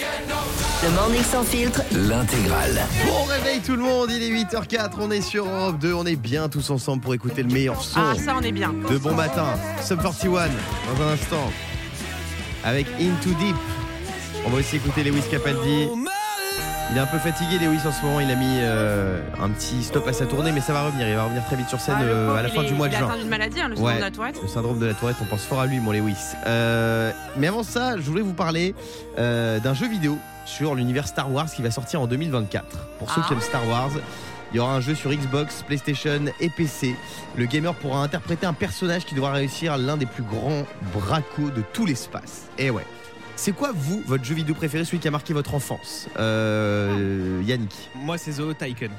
Le Morning Sans Filtre, L'intégrale. Bon réveil tout le monde, il est 8h04, on est sur Europe 2, on est bien tous ensemble pour écouter le meilleur son Ah, ça, on est bien. de Bon Matin. Sub 41, dans un instant, avec Into Deep. On va aussi écouter Lewis Capaldi. Il est un peu fatigué Lewis en ce moment, il a mis euh, un petit stop à sa tournée, mais ça va revenir, il va revenir très vite sur scène Ah, le euh, pauvre, à la il fin est- du mois de il juin. a atteint une maladie, hein, le Ouais. syndrome de la Tourette. Le syndrome de la tourette, on pense fort à lui, mon Lewis. Euh, mais avant ça, je voulais vous parler euh, d'un jeu vidéo sur l'univers Star Wars qui va sortir en 2024. Pour ceux Ah. qui aiment Star Wars, il y aura un jeu sur Xbox, PlayStation et PC. Le gamer pourra interpréter un personnage qui devra réussir l'un des plus grands bracos de tout l'espace. Et ouais. C'est quoi, vous, votre jeu vidéo préféré, celui qui a marqué votre enfance Euh, Ah. Yannick. Moi, c'est Zoo Tycoon.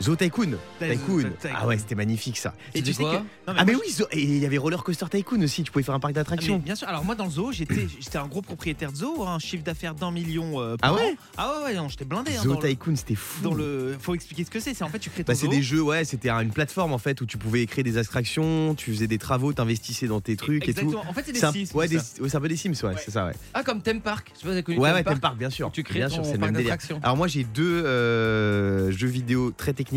Zo Tycoon. Zo Tycoon. Tycoon. Ah ouais, c'était magnifique ça. Et tu sais que. quoi non, mais Ah mais moi, oui, Zo- et il y avait Roller Coaster Tycoon aussi, tu pouvais faire un parc je- mais d'attractions. bien sûr. Alors moi dans le zoo, j'étais j'étais un gros propriétaire de zoo, un chiffre d'affaires d'un million. euh, par Ah ouais an. Ah ouais, ouais, non, j'étais blindé. hein, Zo dans, le, Tycoon, c'était fou. dans le- faut expliquer ce que c'est. C'est en fait tu crées ton Bah, c'est zoo. des jeux, ouais, c'était une plateforme en fait où tu pouvais créer des attractions, tu faisais des travaux, t'investissais dans tes trucs et Exactement. En fait, tout. c'est des C'est un, six, ouais, tout des- ça. ouais, c'est un peu des Sims, ouais, c'est ça, ouais. Ah, comme Theme Park. Je sais pas si vous avez connu Ouais, Theme ouais, thème Park. parc, bien sûr. Tu crées bien ton sûr, c'est le parc même délire. d'attractions. Alors, moi, j'ai deux euh, jeux vidéo très techniques.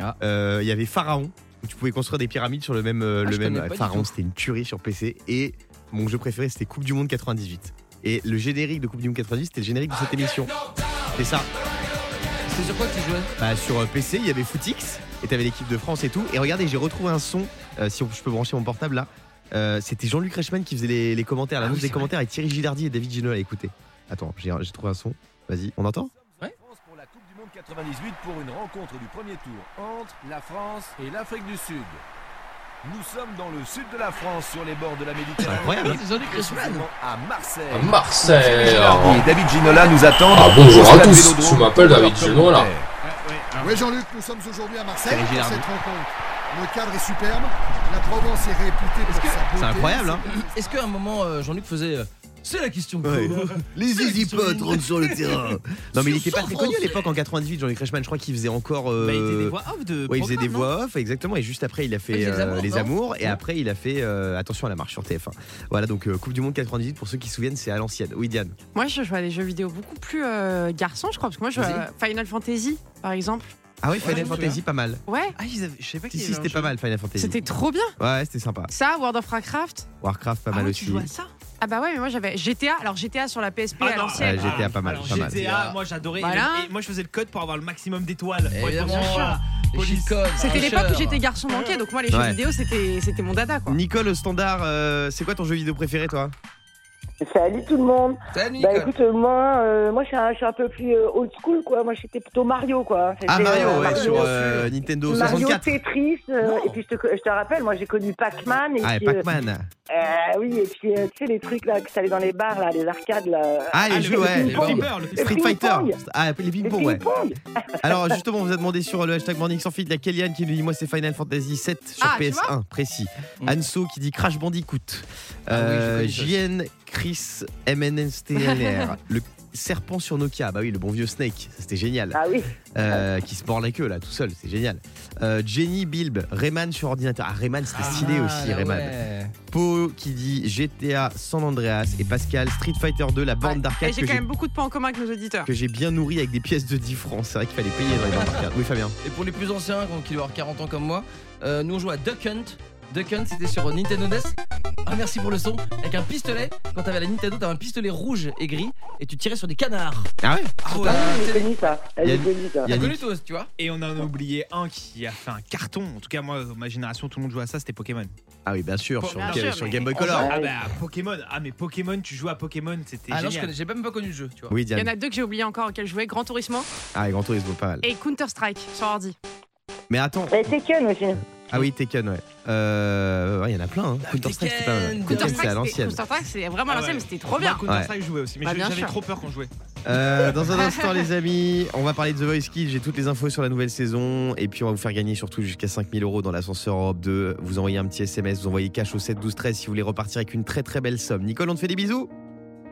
Euh, Ah. Il y avait Pharaon, où tu pouvais construire des pyramides sur le même. euh, Ah, le je même connais pas du Pharaon, tout. c'était une tuerie sur PC. Et mon jeu préféré, c'était Coupe du Monde 98. Et le générique de Coupe du Monde 98, c'était le générique de cette émission. C'est ça. C'est sur quoi que tu jouais Bah, sur euh, PC, il y avait Footix et t'avais l'équipe de France et tout. Et regardez, j'ai retrouvé un son, euh, si on- je peux brancher mon portable là. Euh, C'était Jean-Luc Reichmann qui faisait les, les commentaires, l'annonce Ah oui, des c'est commentaires et Thierry Gilardi et David Gino à écouter. Attends, j'ai j'ai trouvé un son. Vas-y, on entend France pour la Coupe du Monde 98 pour une rencontre du premier tour entre la France et l'Afrique du Sud. Nous sommes dans le sud de la France, sur les bords de la Méditerranée. Incroyable. hein. C'est Jean-Luc Reichmann. précisément À Marseille. Marseille. Ah, Et David Ginola nous attend. Ah, bonjour Sur à la tous, Vélodrome. je m'appelle David Leur Ginola. commentaire. Oui Jean-Luc, nous sommes aujourd'hui à Marseille Thierry pour Gilardi. cette rencontre. Le cadre est superbe, la Provence est réputée pour sa beauté. C'est incroyable, hein Est-ce qu'à un moment, euh, Jean-Luc faisait. euh, C'est la question. Ouais. Les Zizi Potes rentrent sur le terrain Non, mais il était pas très connu à Français. l'époque en 98, Jean-Luc Reichmann. Je crois qu'il faisait encore. euh, Bah, il était des voix off de. ouais, il faisait des programme, non voix off, exactement. Et juste après, il a fait Les euh, Les Amours. Amours, non et après, il a fait euh, Attention à la marche sur TF1. Voilà, donc euh, Coupe du Monde 98, pour ceux qui se souviennent, c'est à l'ancienne. Oui, Diane. Moi, je jouais à des jeux vidéo beaucoup plus euh, garçons, je crois, parce que moi, je jouais à Final Fantasy, par exemple. Ah oui, Final je me Fantasy, pas mal. Ouais, Ah, ils avaient- je sais pas Si, qu'il y si, avait un c'était pas jeu. mal Final Fantasy. c'était trop bien. Ouais, c'était sympa. Ça, World of Warcraft. Warcraft, pas Ah mal ouais, aussi. Tu joues à ça Ah bah ouais, mais moi, j'avais GTA. Alors, GTA sur la PSP Ah à non, Ouais, l'ancienne. GTA, pas mal. Alors, pas mal. GTA, moi j'adorais. Et le- Voilà. Et moi je faisais le code pour avoir le maximum d'étoiles. Eh Pour être Évidemment. sûr. Ah, Les Police. chicots, C'était les l'époque où chœurs. j'étais garçon manqué, donc moi, les Ouais. jeux vidéo, c'était c'était mon dada, quoi. Nicole, au standard, euh, c'est quoi ton jeu vidéo préféré, toi Salut tout le monde. Salut, Bah Nicole. écoute, euh, moi, euh, moi je suis un, je suis un peu plus euh, old school quoi. Moi j'étais plutôt Mario quoi. C'était, Ah, Mario, euh, ouais, Mario, sur euh, Nintendo Mario, 64. Tetris. euh, Non. et puis je te, je te rappelle, moi j'ai connu Pac-Man. Et Ah, et puis, euh, Pac-Man. euh, oui, et puis euh, tu sais les trucs là que ça allait dans les bars là, les arcades là. Ah, les le- jeux, ouais. Le bon. flipper, le flipper. Street ping-pong. Fighter. Ah, les les ping-pong, ouais. ping-pong. Alors, justement, on vous a demandé sur le hashtag Morning Sans Filtre, il y a Kellyanne qui nous dit Moi, c'est Final Fantasy 7 sur Ah, tu PS1, précis. Mm. Anso qui dit Crash Bandicoot. Ah oui, j'ai Euh, connu ça aussi. JN, Chris, MNSTLR. le serpent sur Nokia. Bah oui, le bon vieux Snake. Ça, C'était génial. Ah oui. Euh, qui se mord la queue là tout seul, c'est génial. Euh, Jenny Bilb, Rayman sur ordinateur. Ah, Rayman c'était stylé aussi, Rayman. bah ouais. Po qui dit GTA San Andreas et Pascal Street Fighter 2, la bande Ouais. Et d'arcade j'ai que quand j'ai- même beaucoup de points en commun avec nos auditeurs. que j'ai bien nourri avec des pièces de 10 francs. C'est vrai qu'il fallait payer dans les bandes d'arcade. Oui, Fabien. Et pour les plus anciens, qui ont- qui doivent avoir 40 ans comme moi, euh, nous on jouait à Duck Hunt. Duck Hunt, c'était sur Nintendo NES. Ah merci pour le son. Avec un pistolet, quand t'avais la Nintendo, t'avais un pistolet rouge et gris et tu tirais sur des canards. Ah ouais Ah Ah oui, j'ai connu ça. Ah, J'ai Yann- connu ça. T'as Yannick. connu toi aussi, tu vois Et on en a oublié un qui a fait un carton. En tout cas, moi, ma génération, tout le monde jouait à ça, c'était Pokémon. Ah oui, bien sûr, Bon, sur, bien Ga- sûr, sur mais- Game Boy on Color. va- Ah oui. bah Pokémon, ah mais Pokémon, tu joues à Pokémon, c'était Ah non, je génial. connais, j'ai même pas connu le jeu, tu vois. Oui, Il y en Diane. a deux que j'ai oublié encore auxquels je jouais Grand Turismo Ah, et Grand Turismo, pas mal. et Counter-Strike sur ordi. Mais attends. Et Tekken aussi. Ah oui, Tekken, ouais. Euh, ouais, il y en a plein. Hein. Counter-Strike, c'était pas mal. Tekken, c'est à Tekken, Counter-Strike, c'était- l'ancienne. Counter-Strike, c'est vraiment à Ah ouais. l'ancienne, mais c'était trop bien. Moi, Counter Strike, je jouais aussi, mais Bah, je- bien j'avais sûr. trop peur quand je jouais. Euh, dans un instant, les amis, on va parler de The Voice Kids. J'ai toutes les infos sur la nouvelle saison. Et puis, on va vous faire gagner surtout jusqu'à 5000 euros dans l'ascenseur Europe 2. Vous envoyez un petit SMS, vous envoyez cash au 7 12 13 si vous voulez repartir avec une très très belle somme. Nicole, on te fait des bisous.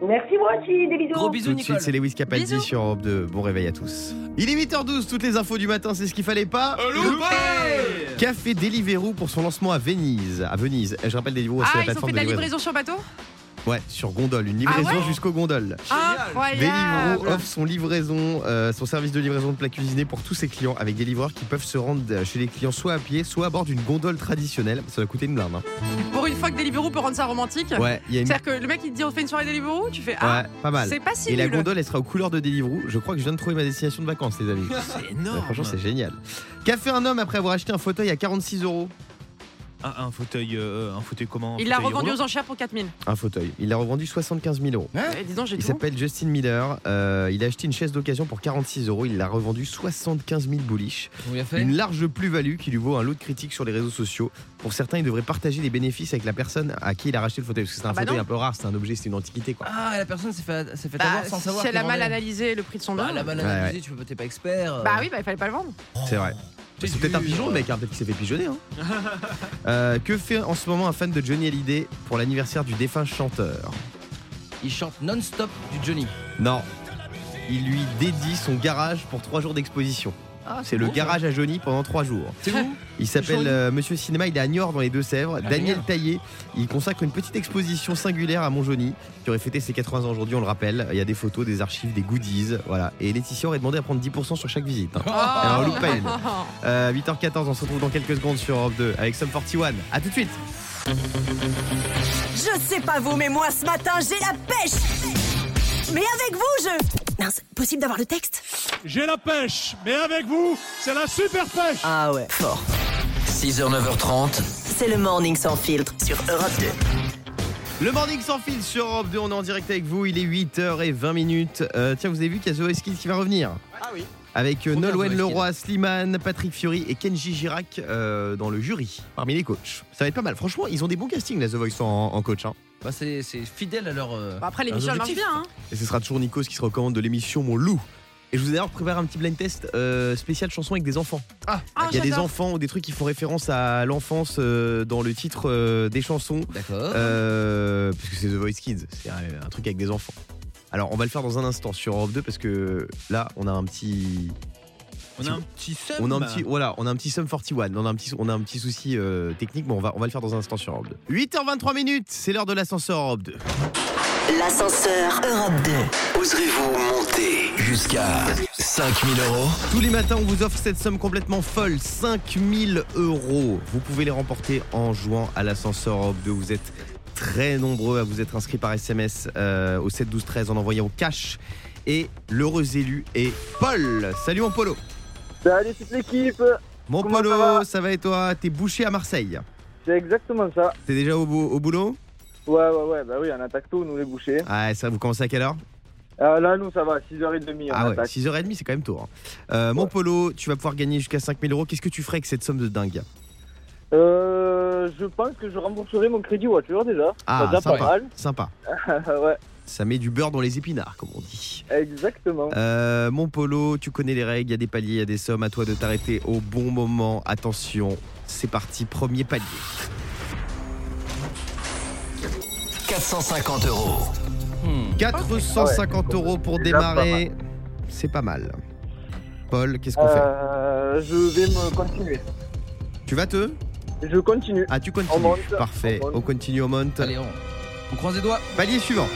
Merci moi aussi, des bisous. Gros bisous, Tout de Nicole. suite, c'est Lewis Capaldi Bisous. sur Europe 2. Bon réveil à tous. Il est 8h12, toutes les infos du matin, c'est ce qu'il fallait pas. Café Deliveroo pour son lancement à Venise. À Venise. Je rappelle Deliveroo, c'est Ah, la ils ont plateforme fait de la livraison. livraison sur bateau Ouais, sur gondole, une livraison Ah jusqu'aux gondoles. Deliveroo Incroyable. offre son livraison, euh, son service de livraison de plats cuisinés pour tous ses clients avec des livreurs qui peuvent se rendre euh, chez les clients soit à pied, soit à bord d'une gondole traditionnelle. Ça va coûter une blinde. hein. Pour une fois que Deliveroo peut rendre ça romantique. Ouais, il y a une. C'est-à-dire que le mec il te dit on fait une soirée Deliveroo, tu fais ah, Ouais, pas mal. c'est pas si Et la nul. gondole, elle sera aux couleurs de Deliveroo. Je crois que je viens de trouver ma destination de vacances, les amis. C'est Ah, Ouais, énorme. franchement, c'est génial. Qu'a fait un homme après avoir acheté un fauteuil à 46 euros un, un fauteuil, euh, un fauteuil comment un Il l'a fauteuil revendu roulant aux enchères pour 4000. Un fauteuil. Il l'a revendu 75 000 euros. Eh, dis donc, j'ai Il tout. s'appelle Justin Miller. Euh, il a acheté une chaise d'occasion pour 46 euros. Il l'a revendu 75 000 bouliches. Bien fait. Une large plus-value qui lui vaut un lot de critiques sur les réseaux sociaux. Pour certains, il devrait partager les bénéfices avec la personne à qui il a racheté le fauteuil. Parce que c'est un Ah bah fauteuil non. un peu rare, c'est un objet, c'est une antiquité. Quoi. Ah, la personne s'est fait, s'est fait Bah, avoir sans savoir. si elle qu'elle a mal vendait. analysé le prix de son Bah, don. elle a mal Ouais, analysé, tu peux, t'es pas expert. euh, Bah oui, bah, il fallait pas le vendre. C'est vrai. T'es C'est peut-être un dur. pigeon, le euh, mec, hein, peut-être qu'il s'est fait pigeonner. hein. Euh, que fait en ce moment un fan de Johnny Hallyday pour l'anniversaire du défunt chanteur Il chante non-stop du Johnny. Non. Il lui dédie son garage pour trois jours d'exposition. C'est le garage à Johnny pendant trois jours. C'est où Il s'appelle Johnny. euh, Monsieur Cinéma, il est à Niort dans les Deux-Sèvres. Daniel merde. Taillé, il consacre une petite exposition singulière à Montjoly, qui aurait fêté ses 80 ans aujourd'hui, on le rappelle. Il y a des photos, des archives, des goodies, voilà. Et Laetitia aurait demandé à prendre 10% sur chaque visite. hein. Ah. Alors, Oh. on loupe pas une. Euh, 8h14, on se retrouve dans quelques secondes sur Europe 2 avec Sum 41. A tout de suite Je sais pas vous, mais moi ce matin j'ai la pêche. Mais avec vous, je. Mince, possible d'avoir le texte J'ai la pêche, mais avec vous, c'est la super pêche Ah ouais, fort. 6h, 9h30. C'est le morning sans filtre sur Europe 2. Le Morning sans fil sur Europe 2, on est en direct avec vous, il est 8h20 minutes. Euh, tiens, vous avez vu qu'il y a The Eskid qui va revenir Ah oui. Avec euh, Trop bien, Zoé Nolwenn Esquire. Leroy, Slimane, Patrick Fiori et Kenji Girac euh, dans le jury, parmi les coachs. Ça va être pas mal. Franchement, ils ont des bons castings, la The Voice, en, en coach. hein. Bah, c'est c'est fidèle à leur. euh, Bah, Ah, après, l'émission Un elle marche objectif. bien. Hein. Et ce sera toujours Nikos qui se recommande de l'émission Mon Loup. Et je vous ai d'ailleurs préparé un petit blind test euh, spécial chanson avec des enfants. Ah, Il y a des j'adore. enfants ou des trucs qui font référence à l'enfance euh, dans le titre euh, des chansons. D'accord. Euh, parce que c'est The Voice Kids, c'est un, un truc avec des enfants. Alors on va le faire dans un instant sur Europe 2 parce que là on a un petit, On a un petit seum. on a un petit, voilà, on a un petit Sum 41, on a un petit, on a un petit souci euh, technique, mais on va, on va le faire dans un instant sur Europe 2. 8h23 minutes, c'est l'heure de l'ascenseur Europe 2. L'ascenseur Europe 2. Oserez-vous monter jusqu'à 5000 euros Tous les matins, on vous offre cette somme complètement folle, 5000 euros. Vous pouvez les remporter en jouant à l'ascenseur Europe 2. Vous êtes très nombreux à vous être inscrits par SMS euh, au 7 12 13 en envoyant cash. Et l'heureux élu est Paul. Salut mon Polo. Salut Bah, toute l'équipe Mon Comment Polo, ça ça va, va et toi T'es bouché à Marseille. C'est exactement ça. T'es déjà au, bou- au boulot Ouais, ouais, ouais, bah oui, on attaque tôt, nous les bouchers. Ah, ça, vous commencez à quelle heure Euh, là, nous, ça va, 6h30, on Ah ouais, attaque. 6h30, c'est quand même tôt. hein. Euh, mon Polo, tu vas pouvoir gagner jusqu'à 5000 euros. Qu'est-ce que tu ferais avec cette somme de dingue Euh, je pense que je rembourserai mon crédit voiture déjà. Ah, ça Bah, déjà sympa. pas mal. Sympa. ouais, Ça met du beurre dans les épinards, comme on dit. exactement. Euh, mon polo, tu connais les règles, il y a des paliers, il y a des sommes, à toi de t'arrêter au bon moment. Attention, c'est parti, premier palier. 450 euros. 450 Ouais, euros pour déjà démarrer, c'est pas mal. Paul, qu'est-ce qu'on Ah, fait Euh, je vais me continuer. Tu vas te Je continue. Ah, tu On continues. monte, Parfait, on monte. on continue, on monte. Allez, on, on croise les doigts. Palier suivant.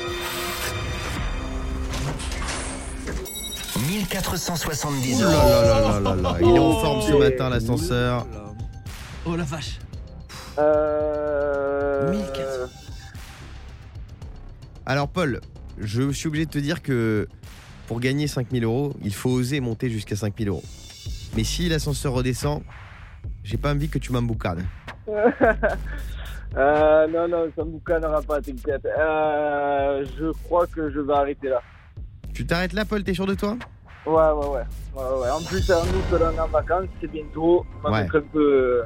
1470 Oh là euros. là là là là là, Il est Oh. en forme ce matin, l'ascenseur. Oh la vache. Euh... 1400. Alors, Paul, je suis obligé de te dire que pour gagner 5000 euros, il faut oser monter jusqu'à 5000 euros. Mais si l'ascenseur redescend, j'ai pas envie que tu m'emboucades. Euh, non, non, ça me boucanera pas, t'inquiète. Euh, je crois que je vais arrêter là. Tu t'arrêtes là, Paul T'es sûr de toi Ouais, ouais, ouais. ouais, ouais. En plus, euh, nous, que l'on est en vacances, c'est bientôt. On va Ouais. mettre un peu. euh,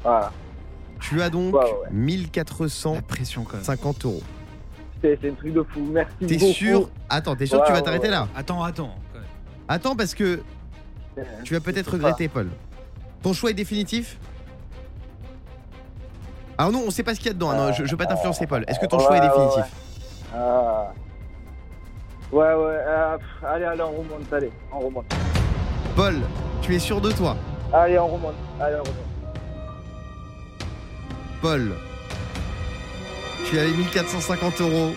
Voilà. Tu as donc Ouais, ouais. 1450 La pression quand même. euros. C'est c'est un truc de fou. Merci T'es beaucoup. sûr Attends, t'es sûr que tu Ouais, vas ouais, t'arrêter ouais. là Attends, attends. quand même. Attends, parce que Euh, tu vas peut-être je sais regretter, Paul. Ton choix est définitif Ah non, on sait pas ce qu'il y a dedans. hein. Non, je, je veux pas t'influencer, Paul. Est-ce que ton Ouais, choix est ouais, définitif Ah. Ouais, ouais. euh, pff, allez, allez, on remonte. Allez, on remonte. Paul, tu es sûr de toi Allez, on remonte. Allez, on remonte. Paul, Tu avais 1450 euros.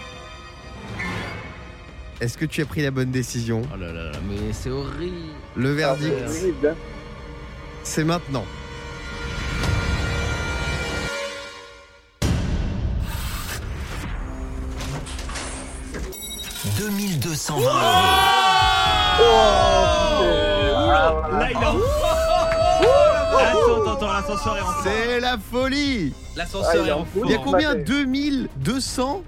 Est-ce que tu as pris la bonne décision Oh là là là, mais c'est horrible. Le Ah, verdict, c'est horrible, hein. c'est maintenant. Oh, Ah, voilà. Là, il a. Attends, attends, attends, l'ascenseur est en feu. C'est la folie Ah, L'ascenseur il est est en en fou. Il y a Oh, combien maté. 2220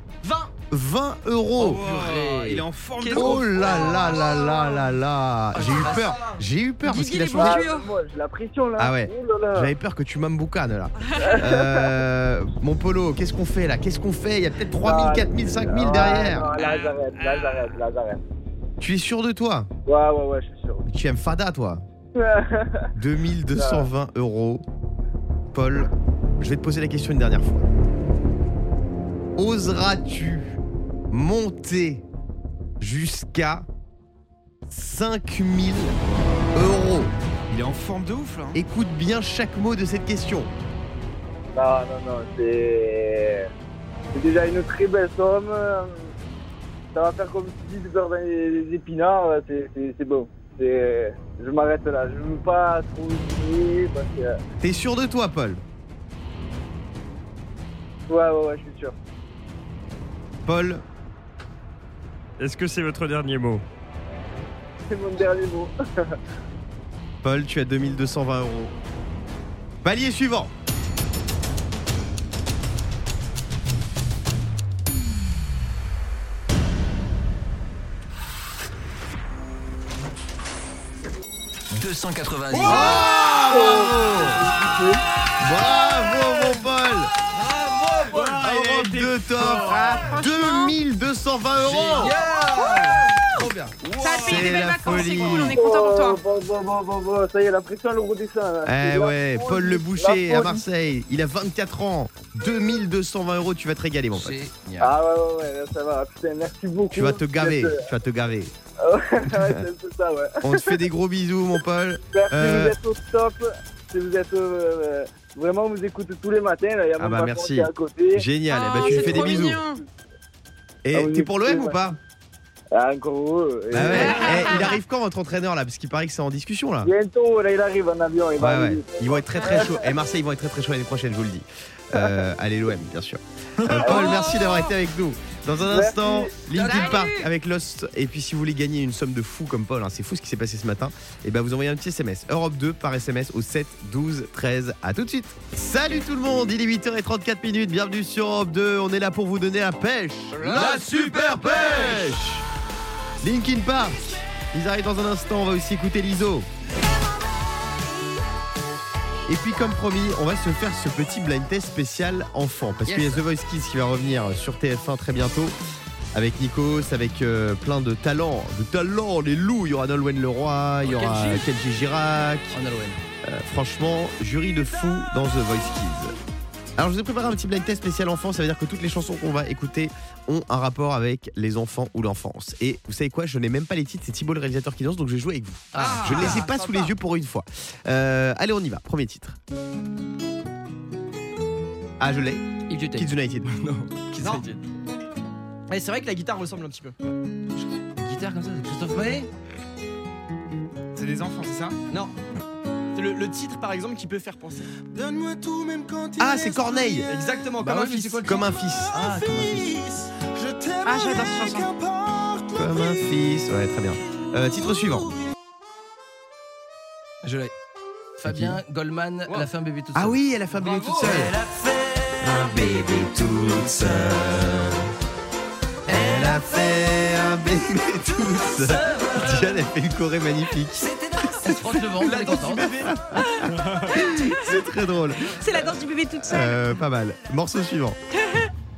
20 Oh, euros Wow, Oh, Il est en forme de Qu'est-ce ouf. Oh là là là là là là J'ai eu peur J'ai eu peur parce Guigui, qu'il a les changé. Ah, tuyau. moi, j'ai la pression là. Ah ouais. Oh là là. J'avais peur que tu m'amboucanes là. Euh, mon polo, qu'est-ce qu'on fait là Qu'est-ce qu'on fait Il y a peut-être 3000, 4000, 5000 Ah, derrière. non, là, j'arrête, là, j'arrête, là, j'arrête. Tu es sûr de toi Ouais, ouais, ouais, je suis sûr. Tu aimes Fada toi 2220 euros. Paul, je vais te poser la question une dernière fois. Oseras-tu monter jusqu'à 5000 euros Il est en forme de ouf là. hein. Écoute bien chaque mot de cette question. non, non, non, c'est. C'est déjà une très belle somme. Ça va faire comme si tu dans les les épinards, là, c'est- c'est c'est bon. C'est- Je m'arrête là, je veux pas trop jouer parce que. T'es sûr de toi, Paul Ouais, ouais, ouais, je suis sûr. Paul, Est-ce que c'est votre dernier mot C'est mon dernier mot. Paul, tu as 2220 euros. Palier suivant. Oh 290. Bravo, mon Paul Europe il était de Ah, top 2220 euros Trop bien. Ça a payé C'est des la belles vacances, c'est folie. cool, on est content pour toi. Bon, Oh, bon, bon, bon, bon, ça y est, la pression, le redescend. là. Eh C'est la ouais, folie, Paul Le la Boucher à folie. Marseille, il a 24 ans, 2220 euros, tu vas te régaler mon pote. Génial. Ah ouais, ouais, ouais, là, ça va, putain, merci beaucoup. Tu vas te gaver, Vous êtes, tu vas te gaver. euh, ouais, c'est c'est ça, ouais. On te fait des gros bisous mon Paul. J'espère Euh, que vous êtes au top. Si vous êtes euh, euh, vraiment, vous écoutez tous les matins. là, Il y a Ah mon bah, patron merci. qui est à côté. Génial, eh ben, Oh, tu lui c'est fais des trop bisous. mignon. Et Ah, vous t'es pour écoutez, l'OM ou ouais. pas Ah, encore heureux. Et Ah ouais. Eh, Il arrive quand votre entraîneur là Parce qu'il paraît que c'est en discussion là. Bientôt, là, il arrive en avion. Il Ouais, bah va ouais. arriver. Ils vont être très très chauds. Et Marseille, ils vont être très très chauds l'année prochaine, je vous le dis. Euh, allez, l'OM, bien sûr. Euh, Paul, merci d'avoir été avec nous. Dans un Merci. instant, Linkin Salut. Park avec Lost. Et puis, si vous voulez gagner une somme de fou comme Paul, hein, c'est fou ce qui s'est passé ce matin, et ben vous envoyez un petit SMS Europe 2 par SMS au 7 12 13. À tout de suite. Salut tout le monde, il est 8h34 minutes. Bienvenue sur Europe 2. On est là pour vous donner la pêche. La super pêche. Linkin Park. Ils arrivent dans un instant. On va aussi écouter l'ISO. Et puis comme promis, on va se faire ce petit blind test spécial enfant. Parce qu'il y a The Voice Kids qui va revenir sur TF1 très bientôt. Avec Nikos, avec euh, plein de talents, de talents, les loups. Il y aura Nolwenn Leroy, il y aura Kenji. Oh, Kenji Girac. En Halloween. Euh, franchement, jury de fou dans The Voice Kids. Alors je vous ai préparé un petit blind test spécial enfant, ça veut dire que toutes les chansons qu'on va écouter ont un rapport avec les enfants ou l'enfance. Et vous savez quoi, je n'ai même pas les titres, c'est Thibault le réalisateur qui danse, donc je vais jouer avec vous. Ah, Je ne les ai pas sous les yeux pour une fois. Euh, allez, on y va. Premier titre. Ah, je l'ai. Yves Duteil. Kids United. Kids United. Mais Eh, c'est vrai que la guitare ressemble un petit peu. La guitare comme ça, c'est Christophe Maé C'est des enfants, c'est ça Non. C'est le, le titre par exemple qui peut faire penser. Donne-moi tout, même quand il Ah, c'est Corneille. Exactement, Bah comme ouais, un mais fils. c'est quoi le Comme un fils. Ah, comme un fils. Je t'aime. Ah, j'adore cette chanson. Comme un fils. Ouais, très bien. Euh, titre suivant. Je l'ai. Fabien Goldman, elle a fait un bébé tout seul. Ah oui, elle a fait un bébé toute seule. Elle a fait un bébé toute seule. Elle a fait un bébé toute seule. Diane, elle fait une choré magnifique. Elle se frotte le ventre, elle est contente. C'est très drôle. C'est la danse du bébé toute seule. Euh, pas mal. Morceau suivant.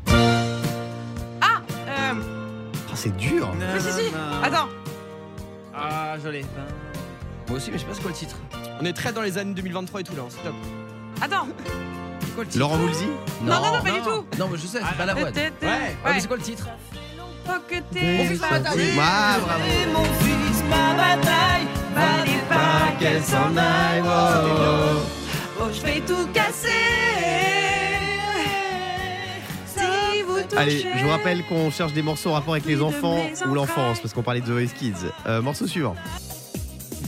Euh, Ah, c'est dur. mais si, si. Attends. Ah, je l'ai. Moi aussi, mais je sais pas c'est quoi le titre. On est très dans les années 2023 et tout là. Attends. C'est quoi le titre Laurent Voulzy Non, non, non, pas du tout. Non, mais je sais, c'est pas la Ouais. boîte. Ouais, mais c'est quoi le titre Faut que t'aies pas ta- Ah, bravo. Pas qu'elle s'en aille. wow. Oh, je vais tout casser. Si vous Allez, je vous rappelle qu'on cherche des morceaux en rapport avec les enfants ou l'enfance, parce qu'on parlait de The Voice Kids. Euh, morceau suivant.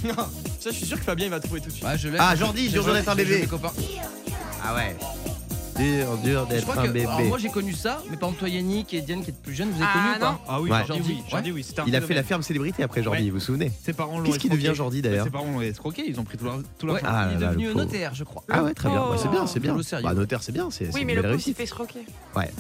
Non, ça, je suis sûr que Fabien il va trouver tout de suite. Ouais, je l'ai. Ah, Jordi, J'ai dur joué- d'être un j'ai joué bébé. mes copains. Ah ouais. Dur, dur Je d'être crois un que. bébé. Alors, moi, j'ai connu ça, mais par exemple, toi, Yannick et Diane qui êtes plus jeunes, vous avez Ah, connu ou non. pas Ah oui, Ouais. Jordi, oui. Jordi, oui. c'était un Il a fait phénomène. la ferme célébrité après Jordi, Ouais. vous vous souvenez Ses parents l'ont Qu'est-ce qui devient escroqué. Jordi Bah, d'ailleurs Ses parents l'ont escroqué, ils ont pris tout leur, tout leur Ouais, Ah il est là là, devenu le pauvre. notaire, je crois. Ah ouais, très bien, pauvre. Bah, c'est bien, c'est bien. Le sérieux. Bah, notaire, c'est bien, c'est c'est Oui, une mais le belle pauvre s'est réussite. fait escroquer. Ouais,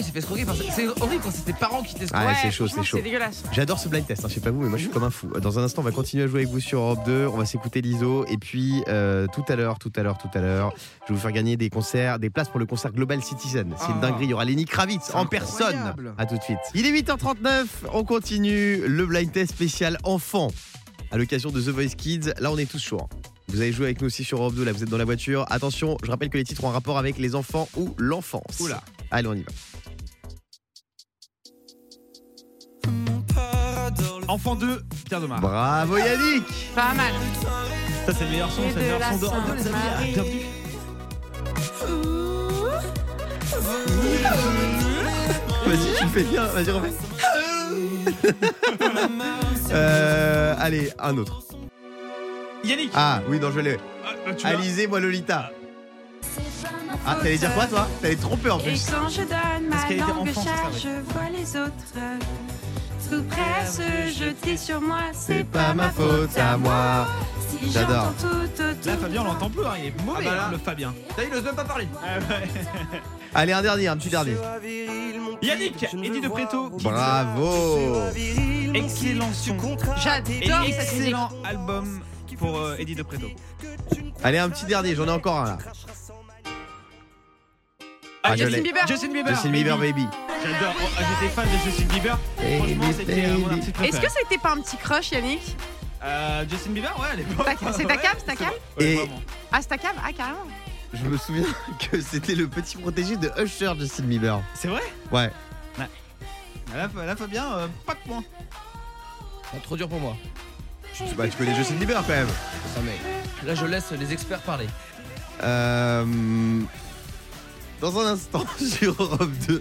il s'est fait escroquer par ça. C'est horrible quand c'était parents qui t'escroquent. Ah, ouais, c'est chaud, c'est franchement, chaud. C'est dégueulasse. J'adore ce blind test, hein, je sais pas vous, mais moi je suis comme un fou. Dans un instant, on va continuer à jouer avec vous sur Europe 2, on va s'écouter l'ISO, et puis euh, tout à l'heure, tout à l'heure, tout à l'heure, je vais vous faire gagner des concerts, des places pour le concert Global Citizen. C'est une Ah. dinguerie, il y aura Lenny Kravitz en personne. incroyable. À tout de suite. Il est 8h39, on continue le blind test spécial enfant à l'occasion de The Voice Kids. Là, on est tous chauds. hein. Vous avez joué avec nous aussi sur Europe 2, là vous êtes dans la voiture. Attention, je rappelle que les titres ont un rapport avec les enfants ou l'enfance. Oula. Allez, on y va. Enfant 2, Pierre Demar. Bravo Yannick Pas mal. Ça, c'est le meilleur son, Et c'est le de meilleur la son d'or. Sainte les amis, Marie. bienvenue. Vas-y, tu le fais bien, vas-y, refais. Euh, allez, un autre. Yannick, Ah, oui, non, je l'ai. ah, bah, tu l'as. Alizé, moi, Lolita. Ah, t'allais dire quoi, toi T'allais te tromper en Et plus. quand je donne Parce ma qu'elle était langue enfant, chère, c'est je vois les autres. Tout près à se jeter sur moi, c'est pas ma faute à moi. Si hein. J'adore. j'entends tout autour. Là, Fabien, on l'entend plus, hein, il est mauvais, Ah, bah là. hein, le Fabien. T'as vu, il ose même pas parler. Allez, un dernier, un petit dernier. Yannick, Eddie de Preto. Bravo Excellent son. Et J'adore cette musique. excellent album pour euh, Eddie de Preto. Allez, un petit dernier, j'en ai encore un là. Ah, je Justin l'ai. Bieber. Justin Bieber. Justin Bieber, baby. J'adore. Oh, ah, J'étais fan de Justin Bieber. Franchement, Baby, c'était euh, mon baby. artiste Est-ce préféré. que c'était pas un petit crush, Yannick Euh, Justin Bieber, ouais, à l'époque. Ta- C'est ta Ouais, cave, c'est ta cave ouais, Et- vraiment. Ah, c'est ta cave Ah, carrément. Je me souviens que c'était le petit protégé de Usher, Justin Bieber. C'est vrai Ouais. Ah, Là, Fa- là, Fabien, euh, pas de points. C'est trop dur pour moi. Tu- Bah, tu connais Justin Bieber quand même. Non, mais là, je laisse les experts parler. Euh, dans un instant sur Europe 2.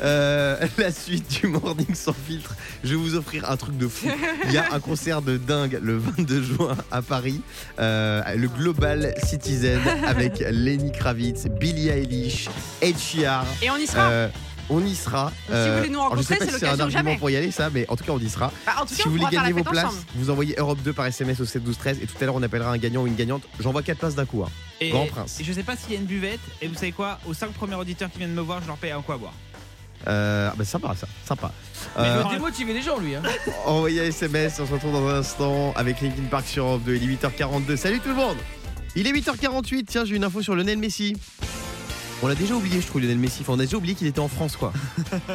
euh, la suite du Morning sans filtre. Je vais vous offrir un truc de fou. Il y a un concert de dingue le 22 juin à Paris. Euh, le Global Citizen avec Lenny Kravitz, Billie Eilish, Ed Sheeran. Et on y sera. Euh, on y sera. Ah. euh, Si vous voulez nous alors, je sais rencontrer, pas c'est si c'est un l'occasion argument jamais. pour y aller, ça, mais en tout cas, on y sera. Bah, en tout Si vous cas, on voulez pourra faire la gagner vos fête places, ensemble. vous envoyez Europe 2 par SMS au 7 12 13 et tout à l'heure on appellera un gagnant ou une gagnante. J'envoie 4 places d'un coup. hein. Et Grand Prince. et je sais pas s'il y a une buvette. Et vous savez quoi Aux 5 premiers auditeurs qui viennent me voir, je leur paye un quoi boire. Euh, ah bah sympa ça, sympa. Il Euh, veut démotiver les gens, lui. Hein. envoyez un SMS, on se retrouve dans un instant avec Linkin Park sur Europe 2, il est 8h42. Salut tout le monde Il est 8h48, tiens j'ai une info sur Lionel Messi. On l'a déjà oublié je trouve Lionel Messi, Enfin, on a déjà oublié qu'il était en France quoi.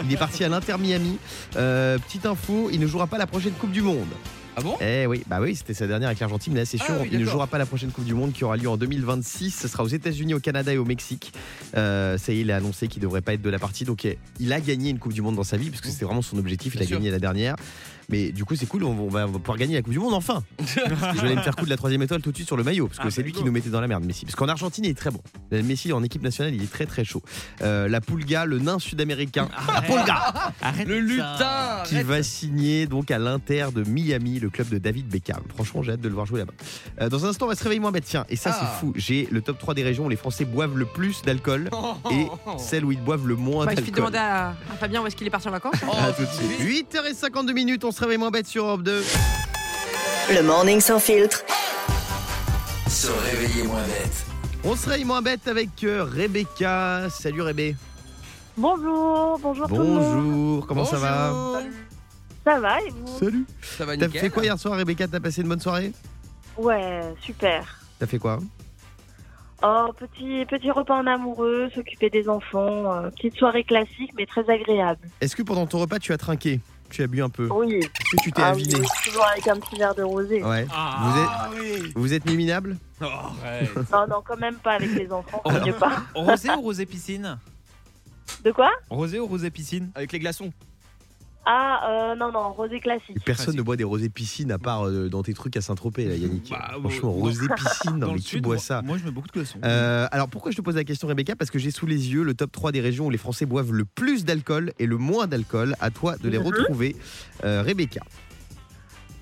il est parti à l'Inter Miami. Euh, petite info, il ne jouera pas la prochaine Coupe du Monde. Ah bon Eh oui, bah oui, c'était sa dernière avec l'Argentine, mais là c'est sûr, Ah oui, il ne d'accord. jouera pas la prochaine Coupe du Monde qui aura lieu en 2026. Ce sera aux États-Unis, au Canada et au Mexique. Euh, ça y est, il a annoncé qu'il ne devrait pas être de la partie. Donc eh, il a gagné une Coupe du Monde dans sa vie, parce que c'était vraiment son objectif. Il Mmh. Bien a sûr. gagné la dernière. Mais du coup, c'est cool, on va, on va pouvoir gagner la Coupe du Monde enfin. Je vais aller me faire coup de la troisième étoile tout de suite sur le maillot, parce que Ah, c'est bah, lui go. qui nous mettait dans la merde, Messi. Parce qu'en Argentine, il est très bon. Euh, Messi, en équipe nationale, il est très très chaud. Euh, la Pulga, le nain sud-américain. La Pulga Arrête Le ça. lutin qui arrête. va signer donc à l'Inter de Miami, le club de David Beckham. Franchement, j'ai hâte de le voir jouer là-bas. Euh, dans un instant, on va se réveiller moins bête. Tiens, et ça, Ah. c'est fou. J'ai le top 3 des régions où les Français boivent le plus d'alcool Oh, et oh, oh. celles où ils boivent le moins Bah, il suffit de d'alcool. demander à, à Fabien où est-ce qu'il est parti en vacances. hein. Oh, À tout de suite. 8h52 minutes, on se réveille moins bête sur Europe 2. Le morning sans filtre. Se réveiller moins bête. On se réveille moins bête avec euh, Rebecca. Salut Rebé. Bonjour, bonjour, tout le monde. Bonjour, comment ça va Bonjour. Ça va et vous Salut. Ça va T'as nickel. fait quoi hier soir, Rebecca T'as passé une bonne soirée Ouais, super. T'as fait quoi Oh, petit, petit repas en amoureux, s'occuper des enfants, euh, petite soirée classique mais très agréable. Est-ce que pendant ton repas, tu as trinqué Tu as bu un peu Oui. Est-ce que tu t'es Ah oui, aviné toujours avec un petit verre de rosé. Ouais. Ah, oui. Vous êtes minable Oh, Non, non, quand même pas avec les enfants, vaut mieux pas. Rosé ou rosé piscine De quoi Rosé ou rosé piscine Avec les glaçons. Ah, euh, non, non, rosé classique. Personne ne boit des rosés piscine à part euh, dans tes trucs à Saint-Tropez, là, Yannick. Franchement, bon, rosé piscine, non, dans mais le qui sud, boit moi- ça Moi, je mets beaucoup de glaçons. Euh, alors pourquoi je te pose la question Rebecca Parce que j'ai sous les yeux le top 3 des régions où les Français boivent le plus d'alcool et le moins d'alcool. À toi de les Mhm. retrouver, Euh, Rebecca.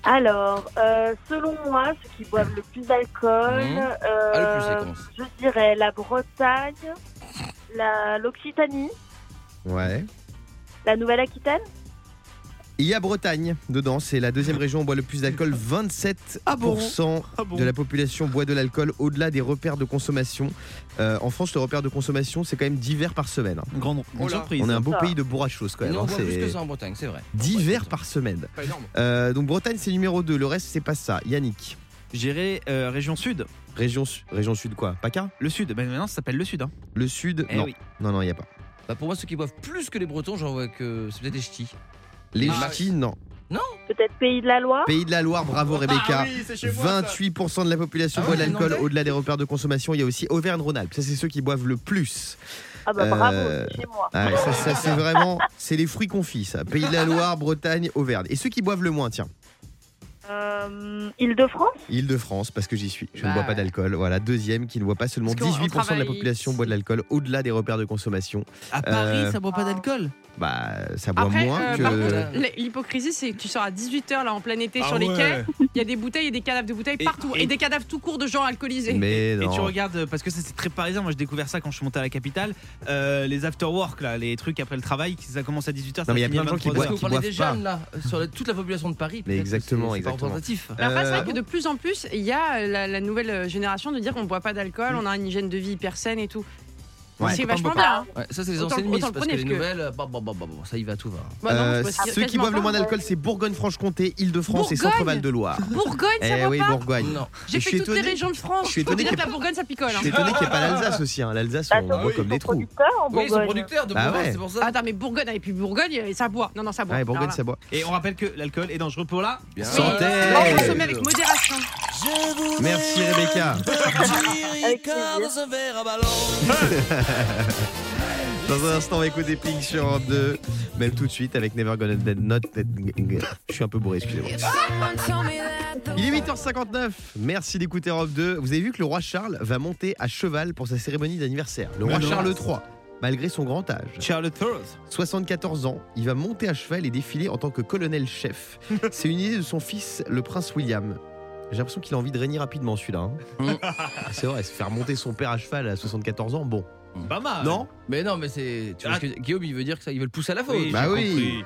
Alors, euh, selon moi, ceux qui boivent le plus d'alcool, Mhm. euh, Ah, le plus, ça commence. je dirais la Bretagne, la- l'Occitanie, Ouais. la Nouvelle-Aquitaine. Il y a Bretagne dedans, c'est la deuxième région où on boit le plus d'alcool. 27% Ah de la population boit de l'alcool au-delà des repères de consommation. Euh, en France, le repère de consommation, c'est quand même 10 verres par semaine. hein. Grande, grande Oula. surprise. On est un beau Ça. pays de bourrachos quand Mais même. nous, on hein, boit plus c'est- que ça en Bretagne, c'est vrai. 10 verres par semaine. Pas énorme. Euh, donc Bretagne, c'est numéro 2. Le reste, c'est pas ça. Yannick. J'irai euh, région sud. Région, su- région sud quoi PACA Le sud. Ben maintenant, ça s'appelle le sud. Hein. Le sud Eh Non. oui. Non, non, il n'y a pas. Bah, pour moi, ceux qui boivent plus que les Bretons, j'en vois que c'est peut-être des ch'tis. Les Ah, ch'tis, non. Peut-être Pays de la Loire. Pays de la Loire, bravo Rebecca. Ah oui, c'est chez moi, ça. 28% de la population Ah boit ouais, de l'alcool Nantais au-delà des repères de consommation. Il y a aussi Auvergne-Rhône-Alpes. Ça, c'est ceux qui boivent le plus. Ah bah, bravo, c'est chez moi. ah ouais, ça, ça, c'est vraiment. C'est les fruits confits, ça. Pays de la Loire, Bretagne, Auvergne. Et ceux qui boivent le moins, tiens. Euh, Île-de-France Île-de-France, parce que j'y suis. Je ne Bah bois pas d'alcool. Voilà, deuxième qui ne boit pas. Seulement qu'on- on 18% de la travaille population boit de l'alcool au-delà des repères de consommation. À Paris, Euh, ça boit pas d'alcool. Bah, ça boit Après, moins euh, que. par contre, l- l'hypocrisie, c'est que tu sors à 18h là en plein été Ah sur les ouais. quais. Il y a des bouteilles et des cadavres de bouteilles partout. Et, des cadavres tout courts de gens alcoolisés. Mais Et non. tu regardes, euh, parce que ça c'est très parisien, moi j'ai découvert ça quand je suis monté à la capitale, euh, les after work, là, les trucs après le travail, qui- ça commence à 18h. Non, mais il y a plein de gens qui boivent- Vous qui parlez boivent des pas. jeunes là, euh, sur la- toute la population de Paris. Mais peut-être que c'est- exactement, c'est pas exactement. représentatif. Mais après, c'est Euh, vrai que de plus en plus, il y a euh, la, la nouvelle génération de dire on boit pas Mm. d'alcool, on a une hygiène de vie hyper saine et tout. c'est vachement bien. hein. Ouais, ça, c'est les Autant le- anciennes autant mises, le parce que prenez, les parce que- nouvelles, euh, bah, bah, bah, bah, bah, ça y va, tout va. Bah non, Euh, parce que- ceux qui quasiment boivent le pas, moins ouais. d'alcool, c'est Bourgogne-Franche-Comté, Île-de-France et Bourgogne Centre-Val-de-Loire. Bourgogne, ça Eh boit oui, pas Bourgogne. Et J'ai je fait suis toutes les étonné- régions de France. je suis Faut étonné dire qu'il y que ait la Bourgogne, ça picole. Je hein. suis étonné qu'il n'y ait pas l'Alsace aussi. hein. L'Alsace, Bah, on boit comme des trous. Oui, ils sont producteurs de Bah Bourgogne, ouais. c'est pour ça. Ah, Attends, mais Bourgogne, et puis Bourgogne, euh, ça boit. Non, non, ça boit. Ouais, Bourgogne, Alors là. ça boit. Et on rappelle que l'alcool est dangereux pour la Santé On consommer avec modération. Merci Rebecca. Dans un instant, on va écouter Pink sur Europe 2. Même tout de suite avec Never Gonna Dead Not. Dead- Je suis un peu bourré, excusez-moi. Il est 8h59. Merci d'écouter Europe 2. Vous avez vu que le roi Charles va monter à cheval pour sa cérémonie d'anniversaire. Le Mais roi non. Charles III. Malgré son grand âge. Charles III. 74 ans, il va monter à cheval et défiler en tant que colonel-chef. C'est une idée de son fils, le prince William. J'ai l'impression qu'il a envie de régner rapidement, celui-là. hein. C'est vrai, se faire monter son père à cheval à 74 ans, bon. Pas mal. Non Mais non, mais c'est. tu vois ce que- Guillaume, il veut dire que ça, ils veulent pousser à la faute. bah Ah. oui.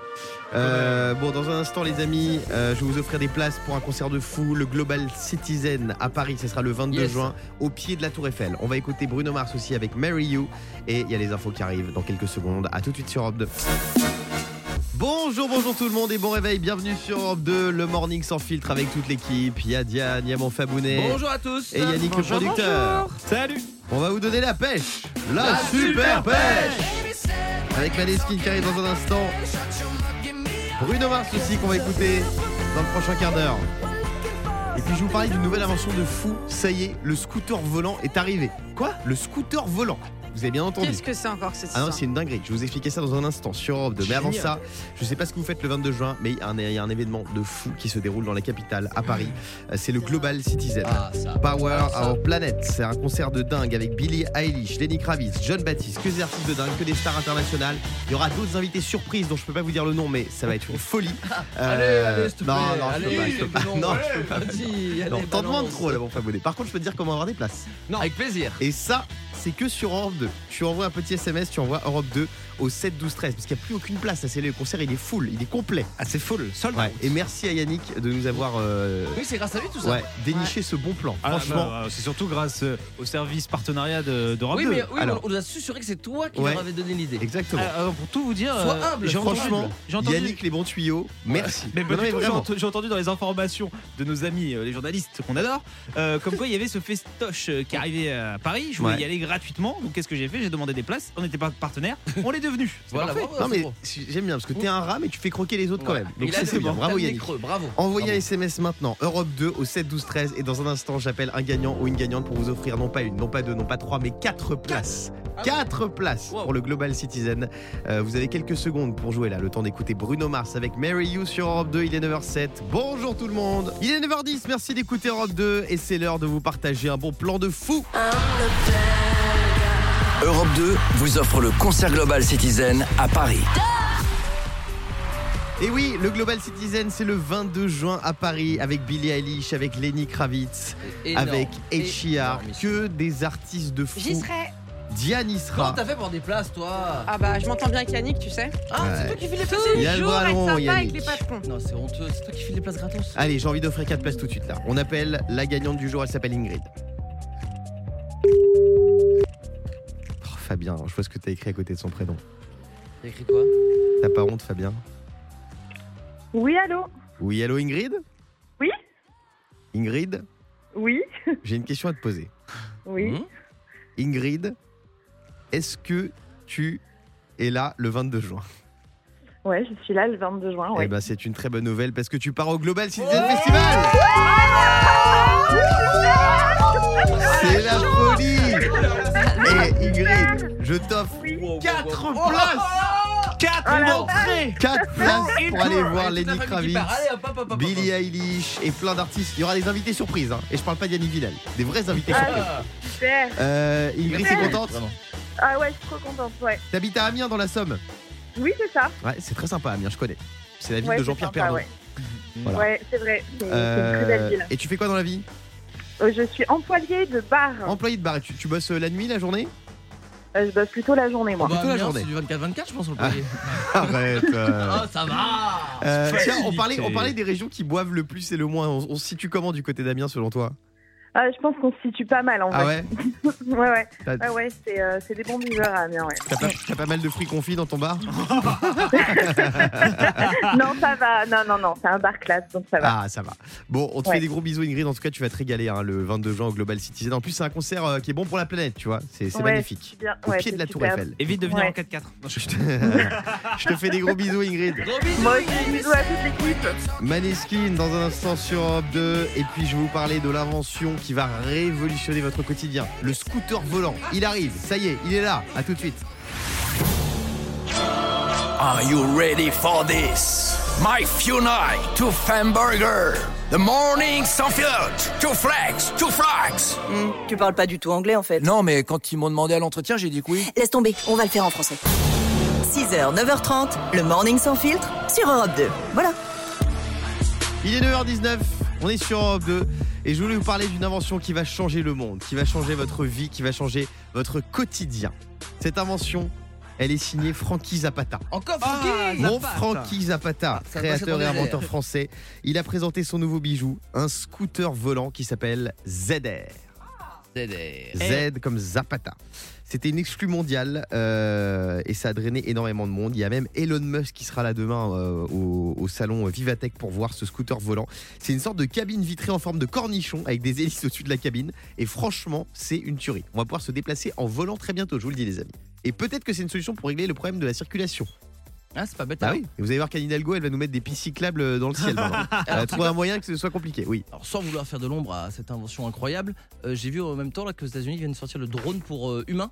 Euh, bon, dans un instant, les amis, euh, je vais vous offrir des places pour un concert de fou, le Global Citizen à Paris. Ce sera le 22 Yes. juin, au pied de la Tour Eiffel. On va écouter Bruno Mars aussi avec Mary You. Et il y a les infos qui arrivent dans quelques secondes. À tout de suite sur Europe 2. Bonjour, bonjour tout le monde et bon réveil. Bienvenue sur Europe 2, le morning sans filtre avec toute l'équipe. Il y a Diane, il y a mon Fabounet. Bonjour à tous. Et Yannick Bonjour, le producteur. Salut. On va vous donner la pêche. La, super pêche. Avec Maneskin qui arrive dans un instant. Bruno Mars aussi qu'on va écouter dans le prochain quart d'heure. Et puis je vous parlais d'une nouvelle invention de fou. Ça y est, le scooter volant est arrivé. Quoi Le scooter volant. Vous avez bien entendu. Qu'est-ce que c'est encore cette Ah non, histoire c'est une dinguerie. Je vais vous expliquer ça dans un instant sur Europe 2. Mais avant Génial. ça, je sais pas ce que vous faites le 22 juin, mais il y a un, il y a un événement de fou qui se déroule dans la capitale, à Paris. Euh, C'est le Global Citizen. Ah, Power Our Planet. C'est un concert de dingue avec Billie Eilish, Lenny Kravitz, John Baptiste. Que des artistes de dingue, que des stars internationales. Il y aura d'autres invités surprises dont je peux pas vous dire le nom, mais ça va être une folie. Allez, allez, s'il te plaît. Euh, non, non, je peux Allez, pas, je peux pas. non, Non, ouais, je peux pas. vas-y, allez, Non, t'en balance. demandes trop là, mon Fabonnet. Par contre, je peux te dire comment avoir des places. Non. Avec plaisir. Et ça, c'est que sur Europe 2. Tu envoies un petit SMS, tu envoies Europe 2 au 7 12 13 parce qu'il n'y a plus aucune place. Ça, c'est le concert, il est full, il est complet. Ah, c'est full, sold Et merci à Yannick de nous avoir euh, bah, Oui, c'est grâce à lui tout ça. ouais, déniché ce bon plan. Ah, Franchement, bah, bah, c'est surtout grâce euh, au service partenariat de, de Oui, mais oui, Alors, on on nous a susurré que c'est toi qui Ouais. leur avais donné l'idée. exactement. euh, alors, pour tout vous dire, Sois euh, humble, j'ai entendu- franchement, j'ai entendu- Yannick les bons tuyaux, merci. Mais, Non, pas non, du mais tout, j'ai vraiment. ent- j'ai entendu dans les informations de nos amis, euh, les journalistes qu'on adore, euh, comme quoi il y avait ce festoche euh, qui arrivait à Paris. Je voulais Ouais. y aller gratuitement. Donc qu'est-ce que j'ai fait J'ai demandé des places. On n'était pas partenaires. On l'est devenu. C'est Voilà, parfait. bravo, Non mais bravo. si- j'aime bien parce que t'es un rat mais tu fais croquer les autres quand même. Donc Il ça a c'est le- bien. il a Bravo le nez Yannick. creux, Bravo. Envoyez un SMS maintenant, Europe 2 au 7 12 13 et dans un instant j'appelle un gagnant ou une gagnante pour vous offrir non pas une, non pas deux, non pas trois mais quatre places 4 places pour le Global Citizen. Euh, vous avez quelques secondes pour jouer là, le temps d'écouter Bruno Mars avec Mary You sur Europe 2. Il est 9h07. Bonjour tout le monde. Il est 9h10. Merci d'écouter Europe 2 et c'est l'heure de vous partager un bon plan de fou. Europe 2 vous offre le concert global Citizen à Paris. Et oui, le Global Citizen, c'est le 22 juin à Paris avec Billie Eilish, avec Lenny Kravitz, Énorme. avec H.I.R. Que des artistes de fou. J'y serai. Diane y Comment sera. t'as fait pour des places, toi Ah bah, je m'entends bien avec Yannick, tu sais. Ah, c'est toi qui files les places Il y a le Toujours bras être long, sympa Yannick. avec les patrons. Non, c'est honteux, c'est toi qui files les places gratos. Allez, j'ai envie d'offrir 4 places tout de suite là. On appelle la gagnante du jour, elle s'appelle Ingrid. Oh, Fabien, je vois ce que t'as écrit à côté de son prénom. T'as écrit quoi T'as pas honte, Fabien Oui, allô Oui, allô Ingrid Oui Ingrid, Oui j'ai une question à te poser. Hmm Oui Ingrid, est-ce que tu es là le 22 juin Ouais, je suis là le 22 juin, Eh ouais. ben, c'est une très bonne nouvelle parce que tu pars au Global Citizen Festival C'est la folie Et Ingrid, je t'offre 4 places 4 entrées 4 places pour aller voir Allez, toute la Lenny famille qui Kravitz, part. bah, Allez, hop, hop, hop, hop, Billie hop. Eilish et plein d'artistes. Il y aura des invités surprises. hein. Et je parle pas d'Yannick Villal, des vrais invités surprises. Ah, super Euh, Ingrid, t'es Super. contente Ah ouais, je suis trop contente, ouais. T'habites à Amiens dans la Somme Oui, c'est ça. Ouais, c'est très sympa Amiens, je connais. C'est la ville Ouais, de c'est Jean-Pierre sympa, Pernaut. ouais. Voilà. Ouais, c'est vrai. C'est c'est une très belle Euh, ville. et tu fais quoi dans la vie Euh, Je suis employée de bar. Employé de bar, et tu, tu bosses euh, la nuit, la journée Euh, je bosse plutôt la journée, moi. Plutôt la journée. Du 24-24, je pense, on le Ah. payer. Arrête. euh. Ah, ça va Euh, C'est tiens, on facilité. parlait, on parlait des régions qui boivent le plus et le moins. On, on se situe comment du côté d'Amiens selon toi Ah, je pense qu'on se situe pas mal, en fait. Ah ouais ouais Ouais, ouais. T'as- Ah ouais, c'est euh, c'est des bons buveurs à Amiens, ouais. T'as pas, t'as pas mal de fruits confits dans ton bar non, ça va. Non, non, non, c'est un bar classe, donc ça va. Ah, ça va. Bon, on te fait Ouais. des gros bisous, Ingrid. En tout cas, tu vas te régaler hein, le 22 juin au Global Citizen. En plus, c'est un concert euh, qui est bon pour la planète, tu vois. C'est c'est Ouais, magnifique. c'est bien. Au Ouais, pied de c'est la Tour superbe. Eiffel. Évite de venir Ouais. en 4x4. Non, je- Je te... je te fais des gros bisous, Ingrid. Moi aussi, bisous à toute l'équipe. Maneskin dans un instant sur Europe 2 et puis je vais vous parler de l'invention qui va révolutionner votre quotidien, le scooter volant. Il arrive, ça y est, il est là. À tout de suite. Are you ready for this? My few night to Famburger. The morning sans filtre. Two flags, two flags. Hmm, tu parles pas du tout anglais en fait. Non, mais quand ils m'ont demandé à l'entretien, j'ai dit que oui. Laisse tomber, on va le faire en français. 6h, 9h30, le morning sans filtre sur Europe 2. Voilà. Il est 9h19, on est sur Europe 2 et je voulais vous parler d'une invention qui va changer le monde, qui va changer votre vie, qui va changer votre quotidien. Cette invention, elle est signée Frankie Zapata. Encore Francky Mon Frankie Zapata, Ah, ça créateur passe et dans les inventeur airs. français, il a présenté son nouveau bijou, un scooter volant qui s'appelle ZR. Z comme Zapata. C'était une exclue mondiale euh, et ça a drainé énormément de monde. Il y a même Elon Musk qui sera là demain euh, au, au salon Vivatech pour voir ce scooter volant. C'est une sorte de cabine vitrée en forme de cornichon avec des hélices au-dessus de la cabine. Et franchement, c'est une tuerie. On va pouvoir se déplacer en volant très bientôt, je vous le dis les amis. Et peut-être que c'est une solution pour régler le problème de la circulation. Ah, c'est pas bête. Bah hein. oui, et vous allez voir qu'Anne Hidalgo, elle va nous mettre des pistes cyclables dans le ciel. maintenant. Elle a trouvé un moyen que ce soit compliqué, oui. Alors, sans vouloir faire de l'ombre à cette invention incroyable, euh, j'ai vu en même temps là, que aux États-Unis viennent sortir le drone pour euh, humains.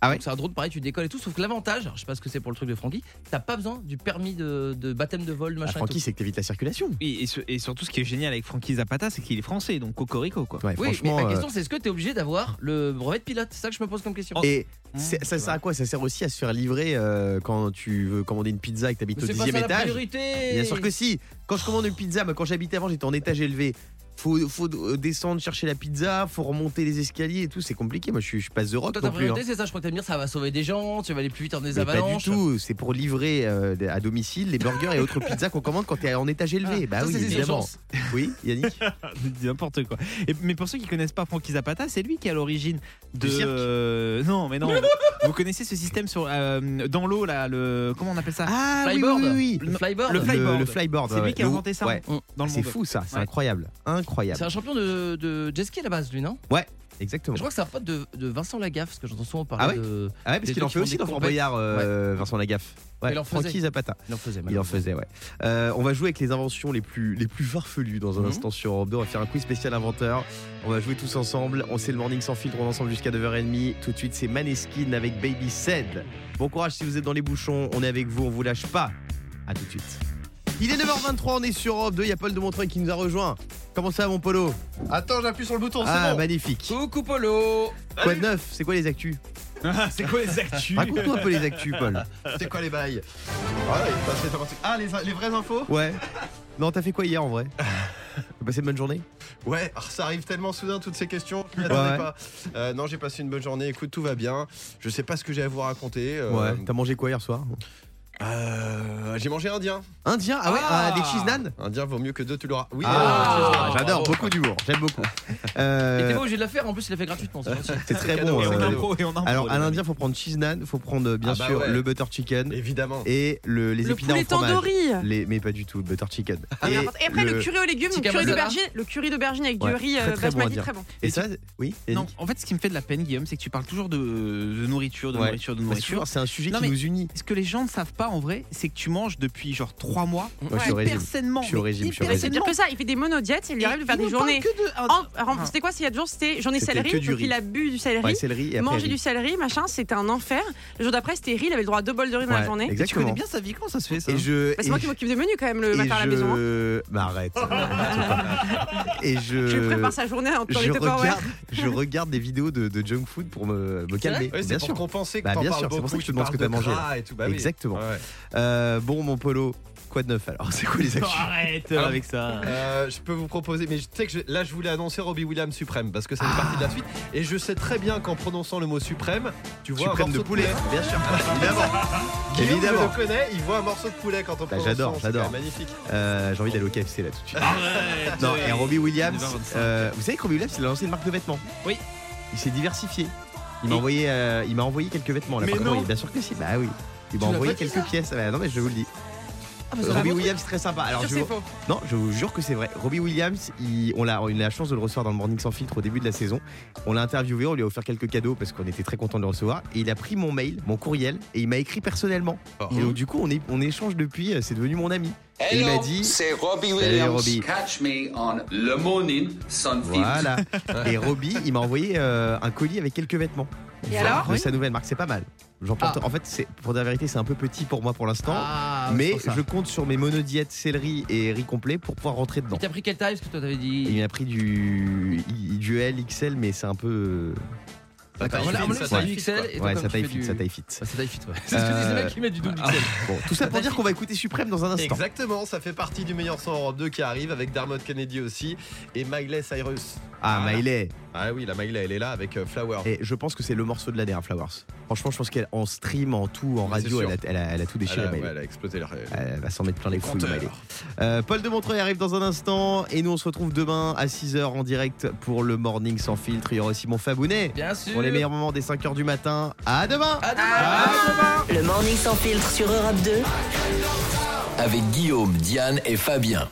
Ah ouais Donc, C'est un drone pareil, tu décolles et tout. Sauf que l'avantage, alors, je sais pas ce que c'est pour le truc de Francky, t'as pas besoin du permis de, de baptême de vol, de machin. et que tout. t'évites la circulation. Oui, et, sur- et surtout, ce qui est génial avec Frankie Zapata, c'est qu'il est français, donc cocorico quoi. Ouais, euh, Oui, mais ma question, c'est est-ce que t'es obligé d'avoir le brevet de pilote C'est ça que je me pose comme question. Et Hein c'est- Mmh, ça sert à quoi Ça sert aussi à se faire livrer euh, quand tu veux commander une pizza et que t'habites Mais au c'est pas dixième ça la étage. priorité Bien sûr que si. Quand je commande une pizza, moi, quand j'habitais avant, j'étais en étage élevé. Faut, faut euh, descendre chercher la pizza, faut remonter les escaliers et tout. C'est compliqué. Moi, je suis, je suis pas The Rock Toi, non ta plus. priorité, hein. c'est ça. Je crois que t'aimes dire ça va sauver des gens, tu vas aller plus vite en des Mais pas du avalanches. tout. C'est pour livrer euh, à domicile les burgers et autres pizzas qu'on commande quand t'es en étage élevé. bah Ah, ça, oui, c'est des évidemment. urgences. Oui, Yannick. N'importe quoi. Et- mais pour ceux qui connaissent pas Frankie Zapata, c'est lui qui est à l'origine de. Du cirque. euh, non, mais non. vous connaissez ce système sur euh, dans l'eau là, le comment on appelle ça Ah oui, Flyboard. oui, oui, oui. Le flyboard. Le, le flyboard. C'est lui ouais, qui a le inventé ça. hein, ouais. Dans le C'est monde. fou ça, c'est Ouais. incroyable. incroyable. C'est un champion de, de jet ski à la base, lui, non Ouais, exactement. Je crois que c'est un pote de, de Vincent Lagaffe, parce que j'entends souvent parler Ah ouais de. Ah ouais, parce des qu'il gens en qui fait font aussi des dans Fort compètes. Boyard, euh, Ouais. Vincent Lagaffe. Mais Ouais, il en faisait. Francky Zapata. Il en faisait, Il en faisait, ouais. Euh, on va jouer avec les inventions les plus, les plus farfelues dans un Mhm. instant sur Europe 2. On va faire un quiz spécial inventeur. On va jouer tous ensemble. On sait le morning sans filtre, on est ensemble jusqu'à 9h30. Tout de suite, c'est Maneskin avec Baby Said. Bon courage si vous êtes dans les bouchons. On est avec vous, on vous lâche pas. À tout de suite. Il est 9h23, on est sur Europe 2. Il y a Paul de Montreuil qui nous a rejoint. Comment ça, mon Polo Attends, j'appuie sur le bouton, Ah, c'est bon. magnifique. Coucou, Polo. Quoi de neuf C'est quoi les actus C'est quoi les actus Raconte-nous un peu les actus, Paul. C'est quoi les bails Ah, ouais, bah, c'est n'importe- Ah, les, les vraies infos Ouais. Non, t'as fait quoi hier en vrai T'as passé une bonne journée Ouais, alors ça arrive tellement soudain toutes ces questions, je m'y Ouais, attendais ouais. pas. Euh, non, j'ai passé une bonne journée, écoute, tout va bien. Je sais pas ce que j'ai à vous raconter. euh, Ouais. T'as mangé quoi hier soir euh, j'ai mangé indien. Indien Ah ouais, Ah. euh, des cheese nan Indien vaut mieux que deux, tu l'auras. Oui, Ah, euh, cheese nan. J'adore, Bravo. beaucoup d'humour, j'aime beaucoup. Il Euh, était pas obligé de la faire, en plus, il l'a fait gratuitement. c'est gentil. c'est très Cadeau, bon. euh, et on impro, et on impro, Alors, les à amis. l'Indien, faut prendre cheese nan, faut prendre euh, bien Ah bah sûr ouais. le butter chicken. Évidemment. Et le, les Le épinards poulet au fromage. tandoori. Les- mais pas du tout, le butter chicken. Et, après, le, curry aux légumes, donc Tikka curry masala. d'aubergine, le curry d'aubergine avec Ouais, du riz très, euh, très bon à basmati, dire. très bon. Et ça, oui Non, en fait, ce qui me fait de la peine, Guillaume, c'est que tu parles toujours de, de nourriture, de Ouais. nourriture, de Bah, nourriture. toujours, c'est un sujet Non, qui mais nous unit. Ce que les gens ne savent pas en vrai, c'est que tu manges depuis genre 3 mois. Moi, je suis au hyper régime. sainement, Je suis au mais régime, je suis au Mais hyper c'est sainement. pire que ça, il fait des monodiètes, il arrive de faire il des nous parle journées. Ah, Oh En- en- C'était quoi s'il y a deux jours C'était journée C'était céleri, que du donc riz. il a bu du céleri, Ouais, céleri et après mangé riz. du céleri, machin, c'était un enfer. Le jour d'après, c'était riz, il avait le droit à deux bols de riz dans la Ouais, journée. exactement. Tu connais bien sa vie, comment ça se fait Et je. Bah, c'est moi et qui m'occupe des menus quand même le et matin à la je- maison. hein. Bah arrête. et je. Je lui prépare sa journée en temps je de regarde, je regarde des vidéos de, de junk food pour me, me calmer. vrai Oui, c'est bien pour sûr. compenser que Bah, t'en bien parles sûr, c'est pour beaucoup, ça que je te tu demande ce que t'as parles de mangé. gras et tout, bah oui. Exactement. Ouais. Euh, bon, mon polo, quoi de neuf alors C'est quoi les actus Arrête Alors, avec ça. euh, je peux vous proposer, mais je- tu sais que je- là je voulais annoncer Robbie Williams suprême parce que ça fait Ah. partie de la suite. Et je sais très bien qu'en prononçant le mot suprême, tu vois Suprême un de morceau poulet, bien sûr. Évidemment. Guillaume, je Évidemment. le connais, il voit un morceau de poulet quand on Bah, prononce. j'adore, c'est quand j'adore. même Magnifique. Euh, J'ai envie d'aller au KFC là tout de suite. Arrête Non, et Robbie Williams, 25. euh, vous savez que Robbie Williams, il a lancé une marque de vêtements. Oui. Il s'est diversifié. Il m'a envoyé, euh, il m'a envoyé quelques vêtements là. Mais par contre. non. Oui, bien sûr que si. Bah oui. Il m'a Tu l'as envoyé pas dit, quelques pièces. Ah, bah, non mais je vous le dis. Ah, bah, ça Euh, va Robbie montrer. Williams très sympa. Alors Sûr, je c'est vous- faux. non, je vous jure que c'est vrai. Robbie Williams, il- on l'a, on a eu la chance de le recevoir dans le Morning sans filtre au début de la saison. On l'a interviewé, on lui a offert quelques cadeaux parce qu'on était très content de le recevoir. Et il a pris mon mail, mon courriel, et il m'a écrit personnellement. Ah hein. Et donc du coup, on, est- on échange depuis. euh, C'est devenu mon ami. Et il m'a dit, c'est Robbie Salut, Williams. Robbie. Catch me on Le Morning Sun Feed. Voilà. Et Robbie, il m'a envoyé euh, un colis avec quelques vêtements. Et alors Ah. De sa nouvelle marque, c'est pas mal. J'en porte. En fait, c'est pour dire la vérité, c'est un peu petit pour moi pour l'instant, mais je compte sur mes monodiètes céleri et riz complet pour pouvoir rentrer dedans. Il t'a pris quelle taille Parce que toi t'avais Et dit. il m'a pris du I- du L XL, mais c'est un peu. Bah, t'as- voilà, à mon avis, c'est du XL, et toi, Ouais, comme ça tu taille fais fit, du- ça taille fit. Bah, ça taille fit, ouais. C'est ce que disent les mecs qui mettent du double Ah, XL. Bon, tout ça pour dire qu'on va écouter Suprême dans un instant. Exactement, ça fait partie du meilleur son Europe 2 qui arrive avec Dermot Kennedy aussi et Miley Cyrus. Ah, Miley. Ah oui, la Miley, elle est là avec euh, Flower. Et je pense que c'est le morceau de l'année, hein, Flowers. Franchement, je pense qu'elle en stream, en tout, en Mais radio, c'est elle sûr. a, elle a- elle a tout déchiré. Elle a, Miley. ouais, elle a explosé leur. Elle va s'en mettre plein les couilles, compteur. Miley. Euh, Paul de Montreuil arrive dans un instant et nous on se retrouve demain à 6h en direct pour le Morning sans filtre. Il y aura aussi mon Fabounet Bien sûr. pour les meilleurs moments des 5h du matin. À demain Le morning sans filtre sur Europe 2. Avec Guillaume, Diane et Fabien.